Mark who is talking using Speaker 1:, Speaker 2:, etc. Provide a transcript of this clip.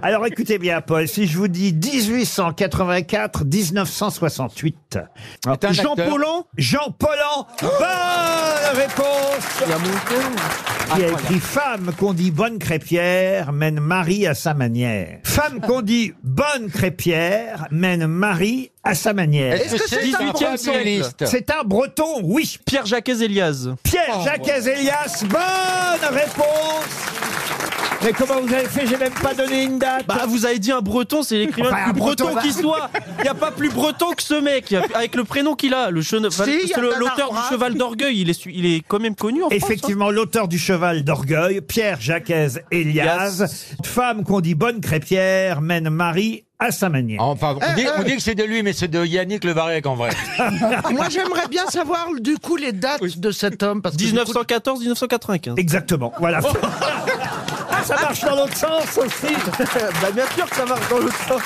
Speaker 1: Alors écoutez bien, Paul, si je vous dis 1884-1968.
Speaker 2: C'est un
Speaker 1: Jean
Speaker 2: acteur.
Speaker 1: Paulhan Jean Paulhan Bonne réponse Qui a écrit Femme qu'on dit bonne crêpière mène Marie à sa manière. Femme qu'on dit bonne crêpière mène Marie à sa manière.
Speaker 2: Est-ce que c'est un
Speaker 3: 18e
Speaker 2: probabiliste
Speaker 1: C'est un breton, oui.
Speaker 3: Pierre Jacques Elias.
Speaker 1: Pierre Jacques Elias, bonne réponse mais comment vous avez fait J'ai même pas donné une date.
Speaker 3: Bah, vous avez dit un breton, c'est l'écrivain
Speaker 1: Enfin,
Speaker 3: le
Speaker 1: un
Speaker 3: plus breton,
Speaker 1: breton,
Speaker 3: qui
Speaker 4: bah.
Speaker 3: soit. Il n'y a pas plus breton que ce mec, avec le prénom qu'il a. Le chene- enfin,
Speaker 2: il y
Speaker 3: c'est
Speaker 2: a
Speaker 3: le-
Speaker 2: Bernard
Speaker 3: l'auteur du
Speaker 2: Braque.
Speaker 3: Cheval d'Orgueil. Il est, su- il est quand même connu en France,
Speaker 1: Effectivement, l'auteur du Cheval d'Orgueil, Pierre Jacques Elias, femme qu'on dit bonne crêpière, mène Marie à sa manière.
Speaker 2: Enfin, on dit, on dit que c'est de lui, mais c'est de Yannick Le Varec en vrai.
Speaker 4: Moi, j'aimerais bien savoir du coup les dates de cet homme. Parce
Speaker 3: hein.
Speaker 4: que, du coup, Eh,
Speaker 3: 1914-1995.
Speaker 1: Exactement, voilà. Ah, ça marche dans l'autre sens aussi
Speaker 4: bah,
Speaker 3: bien sûr que ça marche dans le sens.